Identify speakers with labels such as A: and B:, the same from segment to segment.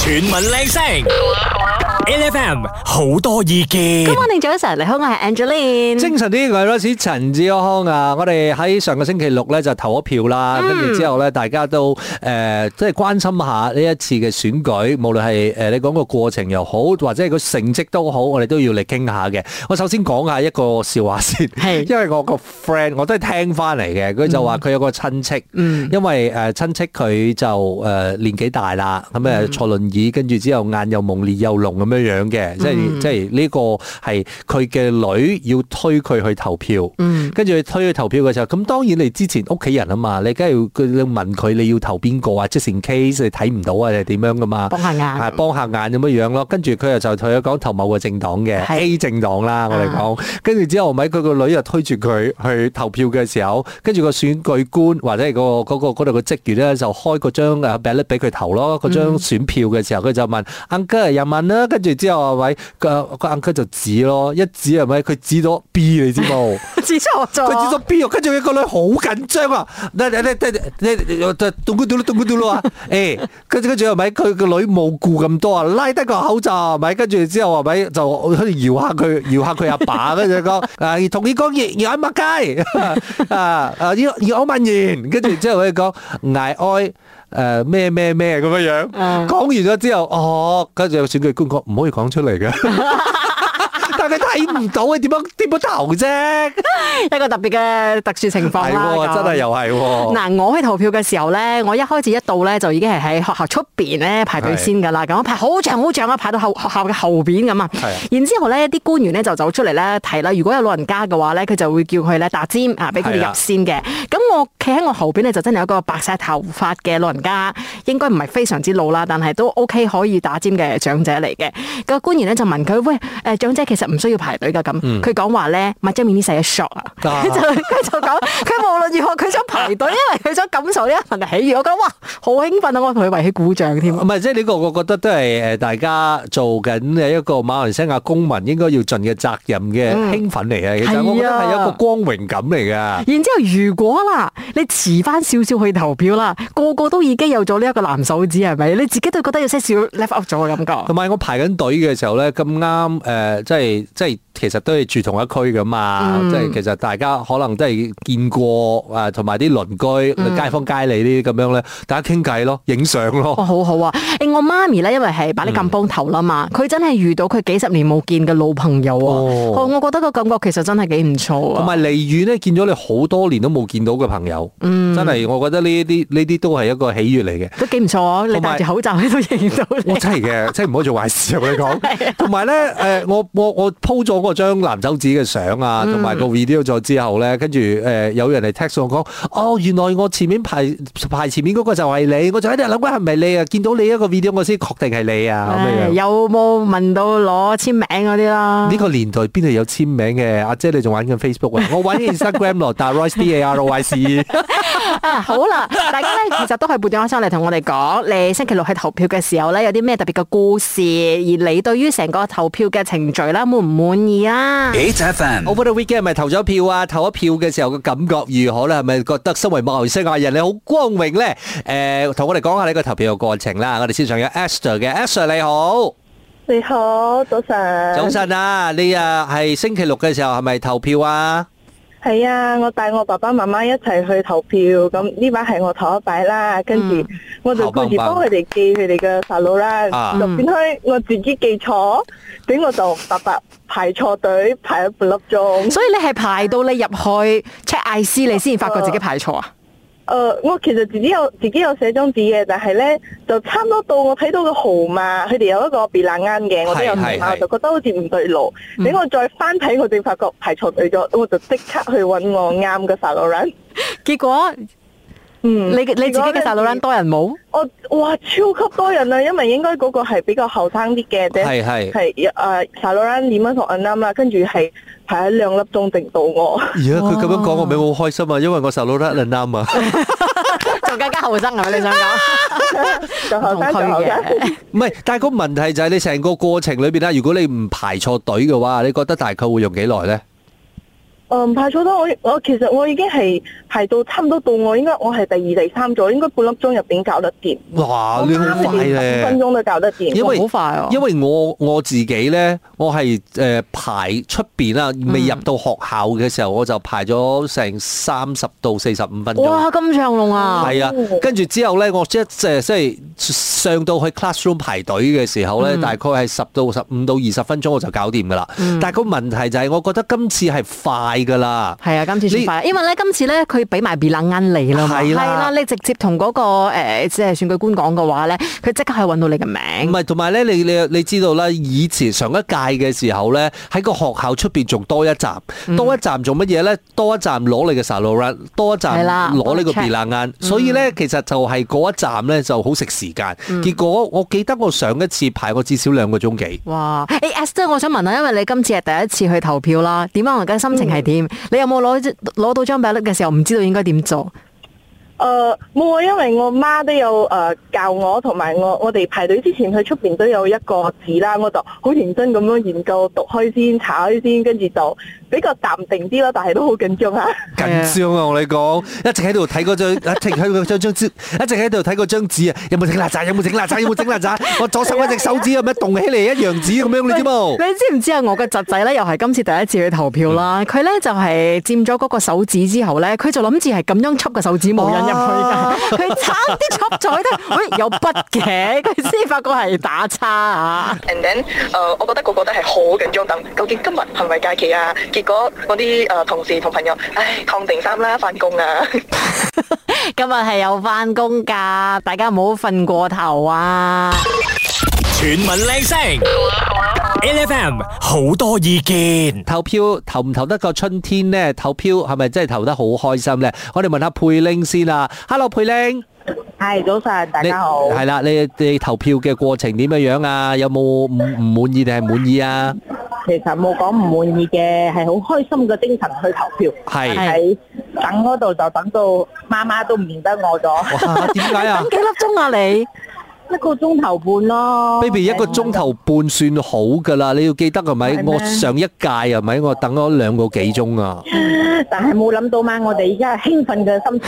A: 全民靚聲，LFM 好多意見
B: 咁。我哋早晨，你好，我係 Angeline。
C: 精神啲嘅 Royce 陳志康啊！我哋喺上個星期六咧就投咗票啦，跟住之後咧，大家都誒、呃即係關心下呢一次嘅選舉，無論係呃誒你講個過程又好，或者係個成績都好，我哋都要嚟傾下嘅。我首先講下一個笑話先，
B: 係
C: 因為我個 friend 我都係聽翻嚟嘅，佢就話佢有個親戚，
B: 嗯
C: 因為誒親戚佢就誒、呃年紀大啦，咁
B: 嗯
C: 誒坐輪椅，跟住之後眼又蒙，面又聾咁樣樣嘅，即係、
B: 嗯
C: 即係呢個係佢嘅女要推佢去投票。
B: 嗯，
C: 跟住佢推去投票嘅時候，咁當然你之前屋企人啊嘛，你梗係要佢你要問佢你要投邊個啊，即係 in case 你睇唔到啊，你係點樣噶嘛？
B: 幫下
C: 啊，
B: 眼。
C: 幫下眼咁樣樣咯，跟住佢又就同佢講投某個政黨嘅
B: 係啊
C: A 政黨啦，我哋講，跟住之後咪佢個女又推住佢去投票嘅時候，跟住個選舉官或者係、個嗰、個嗰度嘅職員咧就開嗰張誒 ballot 俾佢投咯，嗰
B: 嗯
C: 張選票嘅時候佢就問 uncle 又問啦，跟住之後係咪個個 uncle 就指咯，一指係咪佢指咗 B 你知冇？
B: 指錯咗，
C: 佢指咗邊個？跟住佢個女好緊張啊！你你你你你咚咕嘟嚕咚咕嘟嚕啊！誒，跟住跟住係咪佢個女冇顧咁多啊？拉低個口罩係咪？跟住之後係咪就喺度搖下佢，搖下佢阿爸，跟住講誒，同你講熱熱嗌麥雞啊啊！要要我問完，跟住之後佢講捱哀誒咩咩咩咁樣樣。
B: 嗯
C: 講完咗之後，哦，跟住有選舉官講唔可以講出 嚟嘅。但係佢睇唔到啊，點樣點樣投啫？
B: 一個特別嘅特殊情況
C: 係
B: 啦。
C: 喎，
B: 咁
C: 真係又係喎。
B: 嗱，我去投票嘅時候咧，我一開始一到咧就已經係喺學校出邊咧排隊先㗎啦，咁排好長好長啊，排到後學校嘅後邊咁啊
C: 係啊。
B: 然之後咧，啲官員咧就走出嚟咧提啦，如果有老人家嘅話咧，佢就會叫佢咧打尖啊，俾佢哋入先嘅。咁我企喺我後邊咧就真係有一個白晒頭髮嘅老人家，應該唔係非常之老啦，但係都 OK 可以打尖嘅長者嚟嘅。個官員咧就問佢：喂，誒長者其實唔需要排隊㗎咁。佢講話咧，麥張面呢使一 shot 啊，
C: 啊
B: 佢就佢就講，佢無論如何佢想排隊，因為佢想感受呢一份喜悅。我覺得哇，好興奮啊！我同佢為佢鼓掌添。
C: 唔係，即係呢個，我覺得都係誒，大家做緊嘅一個馬來西亞公民應該要盡嘅責任嘅興奮嚟嘅。其
B: 係啊
C: 實我覺得係一個光榮感嚟嘅。
B: 然之後，如果啦，你遲翻少少去投票啦，個個都已經有咗呢一個藍手指，係咪？你自己都覺得有些少 left out 咗嘅感覺。
C: 同埋我排緊隊嘅時候咧，咁啱誒，即係即係其實都係住同一區噶嘛，
B: 嗯
C: 即係其實大家可能都係見過啊，同埋啲鄰居、
B: 嗯
C: 街坊街里啲咁樣咧，大家傾偈咯，影相咯。
B: 哦，好好啊！誒，我媽咪咧，因為係擺啲咁幫頭啦嘛，
C: 嗯
B: 佢、真係遇到佢幾十年冇見嘅老朋友啊！
C: 哦
B: 哦我覺得個感覺其實真係幾唔錯
C: 同
B: 啊！
C: 埋離遠咧，見咗你好多年都冇見到嘅朋友，真係我覺得呢啲呢啲都係一個喜悅嚟 嘅。
B: 都幾唔錯啊！你
C: 同埋
B: 戴住口罩喺度影到
C: 我
B: 你，
C: 真係嘅，真係唔可以做壞事啊！我哋 講，同埋咧，誒，我我我 po 咗嗰張藍手指嘅相啊，同埋個 video 咗之後咧，跟住誒有人嚟 text 我講，哦，原來我前面排排前面嗰個就係你，我就喺度諗緊係咪你啊？見到你一個 video，我先確定係你啊咁
B: 唉
C: 樣樣。
B: 有冇問到攞簽名嗰啲啦？
C: 呢個年代邊度有簽名嘅？阿姐你仲玩緊 Facebook 啊？我玩 Instagram 咯， 但 Royce D A R O Y C。E
B: 啊，好啦，大家咧其實都可以撥電話上嚟同我哋講，你星期六去投票嘅時候咧，有啲咩特別嘅故事，而你對於成個投票嘅程序啦，滿唔滿意啊？
A: HFM，
C: Over the weekend 咪投咗票啊，投咗票嘅時候個感覺如何咧？係咪覺得身為馬來西亞人你好光榮咧？誒、同我哋講下呢個投票嘅過程啦。我哋線上有 Esther 嘅，Esther 你好，
D: 你好，早晨。
C: 早。晨啊！你啊係星期六嘅時候係咪投票啊？
D: 系啊，我帶我爸爸媽媽一齊去投票，咁呢把係我頭一擺啦，跟
C: 嗯
D: 住我就顧住幫佢哋記佢哋嘅法佬啦，嗯
C: 啊
D: 就變開我自己記錯，俾我就白白排錯隊，排咗半粒
C: 嗯
D: 鐘。誒、
B: 所以你係排到你入去 check IC，你先發覺自己排錯啊？
D: 呃我其實自己有自己有寫張紙嘅，但係呢，就差唔多到我睇到個號碼，佢哋有一個避冷啱嘅，我都有
C: 係係
D: 睇
C: 嗯
D: 碼，我就覺得好似唔對路。等、我再翻睇，我正發覺排錯隊咗，我就即刻去揾我啱嘅法佬啦。
B: 結果
D: 嗯，
B: 你嘅你自己嘅大佬
D: 啦
B: 人，多人冇，
D: 我哇超級多人啊！因為應該嗰個係比較後生啲嘅啫，
C: 係係。
D: 係誒沙羅蘭點樣同 a n 啦，跟住係排咗兩粒鐘定到 我，
C: 而家佢咁樣講，我咪好開心啊，因為我受到得 啱啊。
B: 就更加後生啊係咪？你想 講？
D: 就後
B: 同
D: 生就後
B: 佢
D: 生。
B: 嘅，
C: 唔係，但係個問題就係你成個過程裏邊啦，如果你唔排錯隊嘅話，你覺得大概會用幾耐咧？
D: 嗯，排錯多，我我其實我已經係排到差唔多到我應該我係第二、第三咗，應該半粒鐘入邊搞得掂。
C: 哇，
B: 啊
D: 我
C: 你好
D: 啱啱
C: 快
D: 係五分
C: 咧！
D: 鐘都搞得掂。
C: 因為
B: 好快哦
C: 因為我我自己咧，我係誒排出邊啦，
B: 嗯
C: 未入到學校嘅時候，我就排咗成三十到四十五分鐘。
B: 哇，咁長龍啊！
C: 係啊，跟住之後咧，我一即即係上到去 classroom 排隊嘅時候
B: 嗯
C: 咧，大概係十到十五到二十分鐘我就搞掂噶啦。但係個問題就係，我覺得今次係快噶啦。
B: 係啊，今次算
C: 呢
B: 快啦，因為咧今次咧佢俾埋 b i l 你啦嘛，
C: 係啦
B: 你直接同嗰、個呃即係選舉官講嘅話咧，佢即刻係揾到你嘅
C: 唔
B: 名。
C: 係，同埋咧，你你你知道啦，以前上一屆嘅時候咧，喺個學校出邊仲多一站，多一站做乜嘢咧？多一站攞你嘅 s a l o r a 多一站
B: 係啦
C: 攞呢個
B: 幫
C: b
B: 你
C: i l a n 所以咧其實就係嗰一站咧就好食時間。結果我記得我上一次排過至少兩個鐘幾。
B: 哇！誒、e s t h e r 我想問下，因為你今次係第一次去投票啦，點啊？我而家心情係點？你有冇攞攞到張 b a l 嘅時候唔知道應該點做？
D: 誒冇啊，因為我媽都有誒、呃教我，同埋我我哋排隊之前去出邊都有一個字啦，我就好認真咁樣研究讀開先，查開先，跟住就比較淡定啲啦，但係都好緊張啊。
C: 緊張啊！我同你講，一直喺度睇嗰張，一直喺度張 張紙，一直喺度睇嗰張紙啊！有冇整邋遢？有冇整邋遢？有冇整邋遢？我左手嗰隻手指咁樣動起嚟一樣子咁樣，你知冇？
B: 你知唔知啊？我嘅侄仔咧，又係今次第一次去投票啦。佢咧就係佔咗嗰個手指之後咧，佢就諗住係咁樣插個手指冇印入去
C: 哦
B: 㗎。佢差啲插咗咧，喂有筆嘅，佢先發覺係打叉啊！
E: And then 呃我覺得個個都係好緊張等，究竟今日係咪假期啊？結果我啲誒同事同朋友，唉，燙定衫啦，翻工啊！
B: 今日係有翻工㗎，大家唔好瞓過頭啊！
A: 全民靚聲，L F M 好多意見，
C: 投票投唔投得過春天呢？投票係咪真係投得好開心呢？我哋問下佩玲先啦。Hello，佩玲，
D: 係早晨，大
C: 你
D: 家好。
C: 係啦，你你投票嘅過程點樣樣啊？有冇唔唔滿意定係滿意 啊？
D: 其實冇講唔滿意嘅，係好開心嘅精神去投票。
C: 係
B: 係
D: 喺等嗰度就等到媽媽都唔認得我咗，
C: 哇，點解啊
B: 等幾粒鐘啊你？
D: 一個鐘頭半咯。
C: ？baby 一個鐘頭半算好㗎啦，你要記得係咪？
D: 係咩
C: 我上一屆係咪？我等咗兩個幾 鐘啊！
D: 但係冇諗到嘛，我哋而家係興奮 嘅心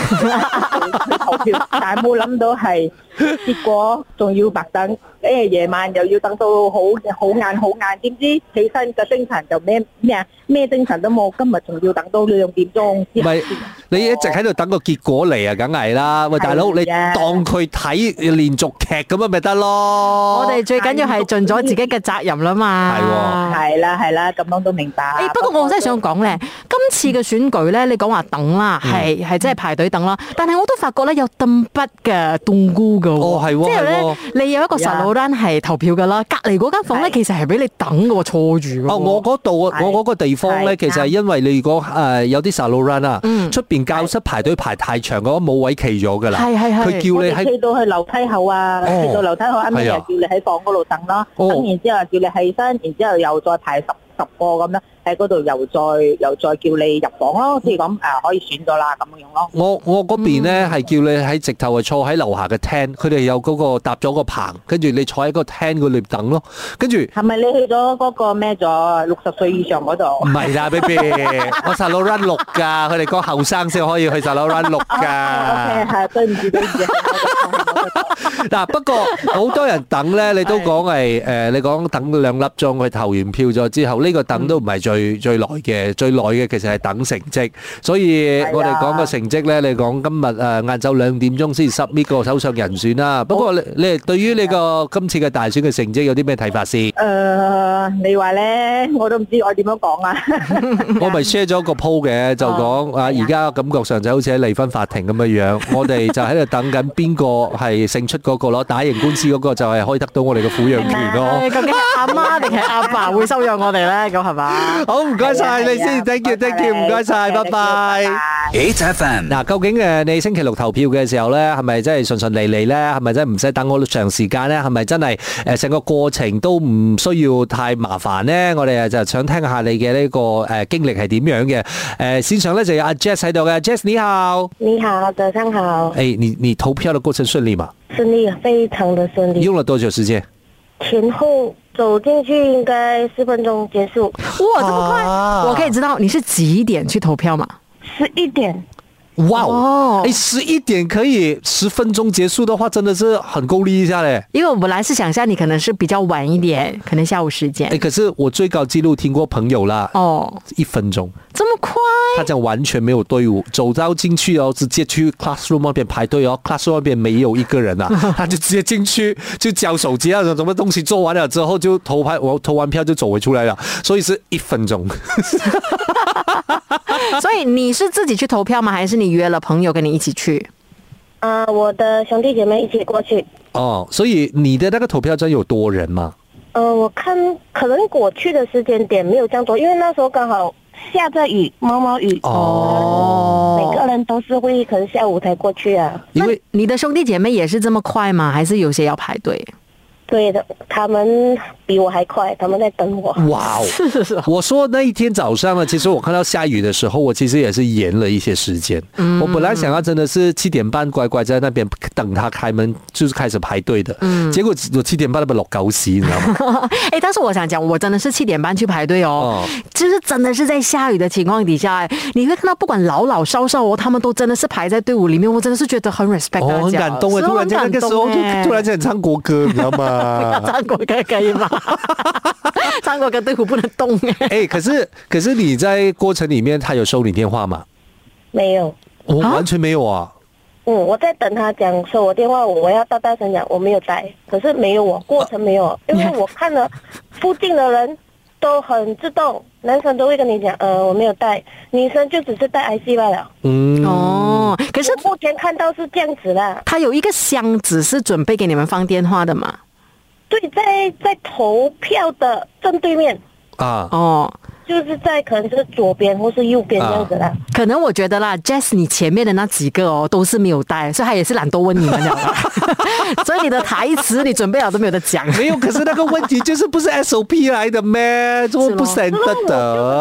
D: 情投票，但係冇諗到係結果仲要白等，誒夜晚又要等到好好晏好晏，點知起身嘅精神就咩咩啊咩精神都冇，今日仲要等到兩點鐘
C: 唔
D: 之後
C: 係你一直喺度等個結果嚟啊，梗係啦。喂，大佬，你
D: 係啊
C: 當佢睇連續劇咁樣咪得咯。
B: 我哋最緊要係盡咗自己嘅責任啦嘛。
C: 哦係喎
D: 係啦係啦，咁樣都明白
B: 誒、。啊不過我真係想講咧，今次嘅選舉咧，你講話等啦，
C: 嗯
B: 係係真係排隊等啦。但係我都發覺咧有揼筆嘅凍菇嘅喎，
C: 哦係喎
B: 即係
C: 係喎
B: 咧你有一個
D: 係啊
B: salon 係投票嘅啦，隔離嗰間房咧
D: 係
B: 其實係俾你等嘅喎，坐住嘅喎。
C: 哦，我嗰度啊，
D: 係
C: 我嗰個地方咧，
D: 係
C: 其實係因為你如果誒有啲 salon 啊
B: 嗯，
C: 出邊教室排隊排太長嘅話，冇位企咗㗎啦。
B: 係係係
C: 佢
D: 我哋
C: 叫你喺
D: 企到去樓梯口啊，
C: 哦
D: 企到樓梯口，啱啱
C: 係
D: 又
C: 啊
D: 叫你喺房嗰度等咯，
C: 哦
D: 等完之後叫你起身，然之後又再排十十個咁樣喺嗰度又再又再叫你入房咯，即係咁誒可以選咗啦咁樣咯。
C: 我我嗰邊咧係叫你喺直頭係啊坐喺樓下嘅 tent，佢哋有嗰個搭咗個棚，跟住你坐喺個 tent 嗰度等咯，跟住。
D: 係咪你去咗嗰個咩咗六十歲以上嗰
C: 唔
D: 度？
C: 係啦，baby，我 salon 六㗎，佢哋講後生先可以去 salon 六 㗎。
D: 係係對唔住對唔住，
C: 嗱，不過好多人等咧，你都講係誒，你講等兩粒鐘，佢投完票咗之後，呢、個等都唔係最最耐嘅，最耐嘅其實係等成績。所以
D: 係啊
C: 我哋講個成績咧，你講今日誒晏晝兩點鐘先 submit 個首相人選啦。不過你你係啊對於呢個今次嘅大選嘅成績有啲咩睇法先？
D: 誒你話咧，我都唔知我點樣講啊！
C: 我咪 share 咗個 po 嘅，就講嗯啊，而家感覺上就好似喺離婚法庭咁樣樣，我哋就喺度等緊邊個係勝出嗰個咯，打贏官司嗰個就係可以得到我哋嘅撫養權咯。
B: 誒究竟係阿媽定係阿爸會收養我哋咧？咁係嘛？
C: 好，啊唔
D: Dạ,
C: 該晒你先，thank you，thank you，唔該晒，拜拜。
A: ，H F M
C: 嗱，究竟誒你星期六投票嘅時候咧，係咪真係順順利利咧？係咪真係唔使等我長時間咧？係咪真係誒成個過程都唔需要太麻煩咧？我哋啊就想聽下你嘅呢個誒經歷係點樣嘅？誒、線上咧就有阿 Jess 喺度嘅，Jess 你好。
D: 你好，早上好
C: 誒、，你你投票的過程順利嗎？
D: 順利，非常的順
C: 用了多久時間？
D: 前后走进去应该四分钟结束，
B: 哇，这么快！
C: 啊
B: 我可以知道你是几点去投票吗？
D: 十一点。
C: 哇哦
B: 哦，
C: 哎，十一点可以十分钟结束的话，真的是很够力一下嘞。
B: 因为我本来是想象你可能是比较晚一点，可能下午时间
C: 哎，。可是我最高纪录听过朋友啦，
B: 哦，
C: 一分钟，
B: 这么快？
C: 他讲完全没有队伍，走到进去哦，直接去 classroom 那边排队哦，classroom 那边没有一个人啊，他就直接进去就交手机啊，什么东西做完了之后就投拍，我投完票就走回出来了，所以是一分钟。
B: 所以你是自己去投票吗？还是你约了朋友跟你一起去？
D: 啊、我的兄弟姐妹一起过去。
C: 哦，所以你的那个投票站有多人吗？
D: 呃，我看可能我去的时间点没有这样多，因为那时候刚好下着雨，毛毛雨，
B: 哦
D: 每个人都是会可能下午才过去啊。
C: 因为
B: 那你的兄弟姐妹也是这么快吗？还是有些要排队？
D: 对的，他们比我还快，他们在等我。
C: 哇哦！
B: 啊
C: 我说那一天早上呢，啊其实我看到下雨的时候，我其实也是延了一些时间。
B: 嗯
C: 我本来想要真的是七点半乖乖在那边等他开门，就是开始排队的。
B: 嗯
C: 结果我七点半那边落狗屎，你知 道吗？
B: 哎，但是我想讲，我真的是七点半去排队哦，
C: 哦
B: 就是真的是在下雨的情况底下，你会看到不管老老少少哦，他们都真的是排在队伍里面，我真的是觉得很 respect 大家，
C: 哦，很感动啊！
B: 是
C: 突
B: 我
C: 然
B: 很
C: 间那
B: 感
C: 个时候
B: 动
C: 就
B: 哎？
C: 突然间啊唱国歌，你知道吗
B: 张国哥可以吗？ 张国哥队伍不能动哎、
C: 哎，可是可是你在过程里面，他有收你电话吗？
D: 没有，
C: 我
B: 啊
C: 完全没有啊。
D: 嗯，我在等他讲说我电话，我要大大声讲我没有带，可是没有我过程没
C: 哦
D: 有，因为我看了附近的人都很自动，男生都会跟你讲，呃，我没有带，女生就只是带 IC 罢了。
C: 嗯，
B: 哦，可是
D: 我目前看到是这样子啦，
B: 他有一个箱子是准备给你们放电话的嘛？
D: 对，在在投票的正对面，
C: 啊，
B: 哦，
D: 就是在可能就是左边或是右边这样子啦。
B: 可能我觉得啦，Jess 你前面的那几个哦都是没有带，所以他也是懒得问你们了啦， 所以你的台词你准备好都没有得讲。
C: 没有。可是那个问题就是不是 SOP 来的咩？怎么不
B: 是咯
C: 省
D: 然
C: 啊
D: 后
C: 得
D: 我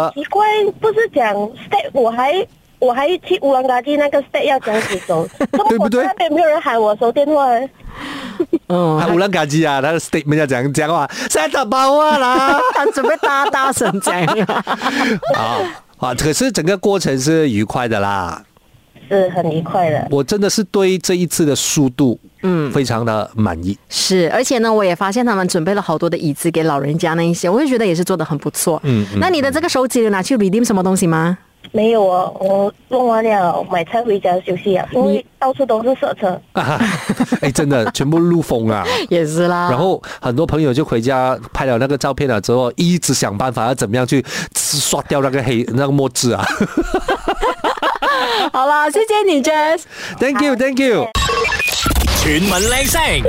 C: 得
D: 就？奇怪，不是讲 step，我还我还去乌兰嘎基那个 step 要讲几 走，怎么
C: 对不对
D: 我在那边没有人喊我收电话呢？
B: 嗯，
C: 啊，乌兰嘎基啊，他的 statement 要讲讲话，三打包 啊啦
B: 他准备大大声讲。
C: 啊啊！可是整个过程是愉快的啦，
D: 是很愉快的。
C: 我真的是对这一次的速度，嗯，非常的满意。
B: 是，而且呢，我也发现他们准备了好多的椅子给老人家那一些，我就觉得也是做的很不错。嗯，那你的这个手指有拿去 redeem 什么东西吗？
D: 没有哦，我弄完了买菜回家休息啊，因为到处都是色车。
C: 哎，真的全部录风啊！
B: 也是啦。
C: 然后很多朋友就回家拍了那个照片了之后，一直想办法要怎么样去刷掉那个黑那个墨汁啊。
B: 好啦，谢谢你，Jess。
C: Thank you，Thank you。
A: chuyển mình lên sóng,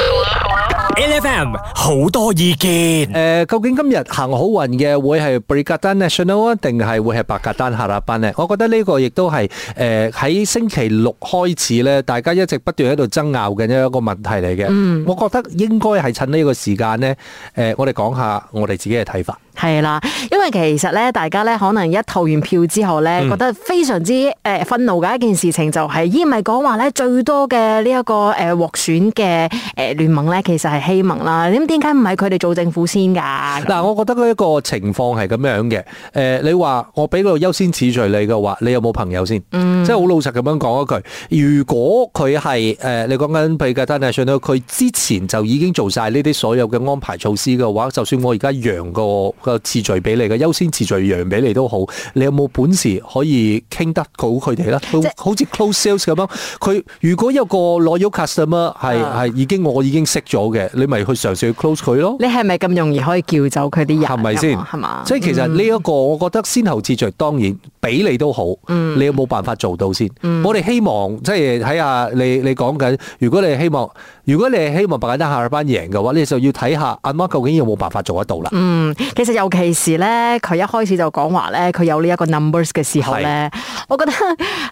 A: LFM, nhiều ý kiến,
C: 诶、究竟今日行好運嘅會係 b r i g a d a n National 啊，定係會係白格丹下拉班呢？我覺得呢個亦都係诶喺星期六開始咧，大家一直不斷喺度爭拗嘅一個問題嚟嘅。嗯，我覺得應該係趁呢個時間呢，诶、我哋講下我哋自己嘅睇法。
B: 係啦，因為其實咧，大家咧可能一投完票之後咧，
C: 嗯
B: 覺得非常之誒憤怒嘅一件事情就係、咦唔係講話咧最多嘅呢一個誒獲選嘅誒聯盟咧，其實係希盟啦。咁點解唔係佢哋做政府先㗎？
C: 嗱，我覺得呢個情況係咁樣嘅。誒、你話我俾個優先次序你嘅話，你有冇朋友先？即係好老實咁樣講一句，如果佢係誒你講緊比格丹係上到佢之前就已經做晒呢啲所有嘅安排措施嘅話，就算我而家讓個個次序俾你嘅優先次序讓俾你都好，你有冇本事可以傾得到佢哋咧？好好似 close sales 咁樣，佢如果有個 loyal customer 係係已經我已經識咗嘅，你咪去嘗試去 close 佢咯。
B: 你係咪咁容易可以叫走佢啲人？啊
C: 係咪先？
B: 係嘛？
C: 即係其實呢一個，我覺得先後次序當然俾你都好，你有冇辦法做到先？我哋希望即係睇下你你講緊，如果你希望，如果你係希望白簡單下爾班贏嘅話，你就要睇下阿媽究竟有冇辦法做得到啦。
B: 嗯，其實尤其是咧，佢一開始就講話咧，佢有呢一個 numbers 嘅時候咧，我覺得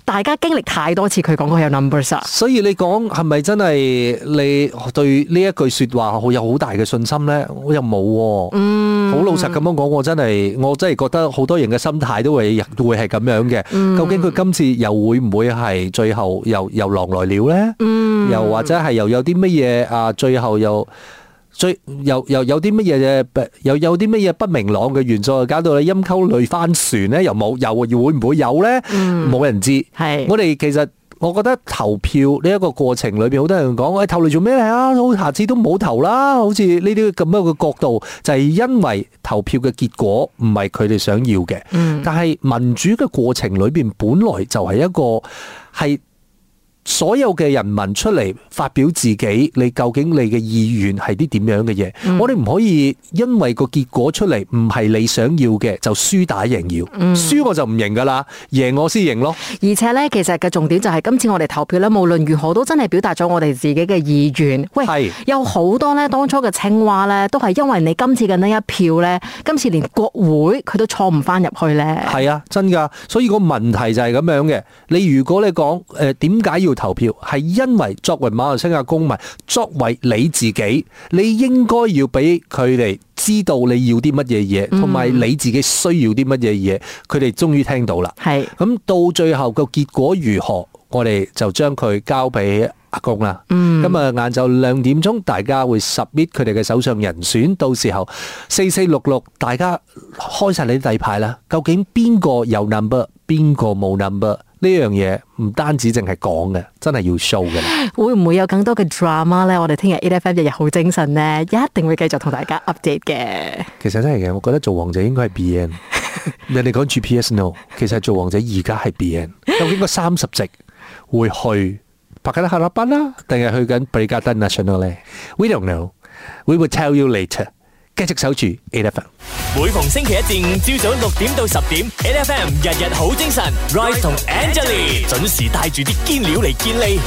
B: 大家經歷太多次佢講佢有 numbers 啊啦。
C: 所以你講係咪真係你對呢一句説話好有好大嘅信心呢？我又冇喎、
B: 嗯
C: 好老實咁樣講，我真係我真係覺得好多人嘅心態都會會係咁樣嘅。究竟佢今次又會唔會係最後又又狼來了呢？又或者係又有啲乜嘢啊？最後又最又又有啲乜嘢嘅，又有啲乜嘢不明朗嘅元素，搞到你陰溝裏翻船咧，又冇，又會唔會有咧？冇人知。
B: 係
C: 我哋其實。我覺得投票呢一個過程裏邊，好多人講：，喂、投嚟做咩啊？好，下次都唔好投啦。好似呢啲咁樣嘅角度，就係、因為投票嘅結果唔係佢哋想要嘅。
B: 嗯
C: 但係民主嘅過程裏邊，本來就係一個係。所有嘅人民出嚟發表自己，你究竟你嘅意願係啲點樣嘅嘢？
B: 嗯
C: 我哋唔可以因為個結果出嚟唔係你想要嘅，就輸打贏要。
B: 嗯
C: 輸我就唔贏噶啦，贏我先贏咯。
B: 而且咧，其實嘅重點就係今次我哋投票咧，無論如何都真係表達咗我哋自己嘅意願。喂
C: 係，
B: 有好多咧，當初嘅青蛙咧，都係因為你今次嘅呢一票咧，今次連國會佢都坐唔翻入去咧。
C: 係啊，真㗎。所以個問題就係咁樣嘅。你如果你講誒點解要投票，係因為作為馬來西亞公民，作為你自己，你應該要俾佢哋知道你要啲乜嘢嘢，同埋你自己需要啲乜嘢嘢，佢哋終於聽到啦。
B: 係
C: 咁到最後個結果如何，我哋就將佢交俾阿公啦。咁啊、晏晝兩點鐘，大家會 submit 佢哋嘅首相人選，到時候四四六六，大家開晒你啲底牌啦。究竟邊個有 number，邊個冇 number？呢樣嘢唔單止淨係講嘅，真係要 show 嘅。
B: 會唔會有更多嘅 drama 咧？我哋聽日 A F M 日日好精神咧，一定會繼續同大家 update 嘅。
C: 其實真係嘅，我覺得做王者應該係 B N。人哋講 G P S no，其實做王者而家係 B N。究竟個三十席會去白吉拉克拉班啦，定係去緊布里加登 national 咧？We don't know. We will tell you later. 繼續守住 e l e v e n
A: 每逢星期一至五朝早六點到十點，N F M 日日好精神，Rise 同 Angelie 準時帶住啲堅料嚟健利。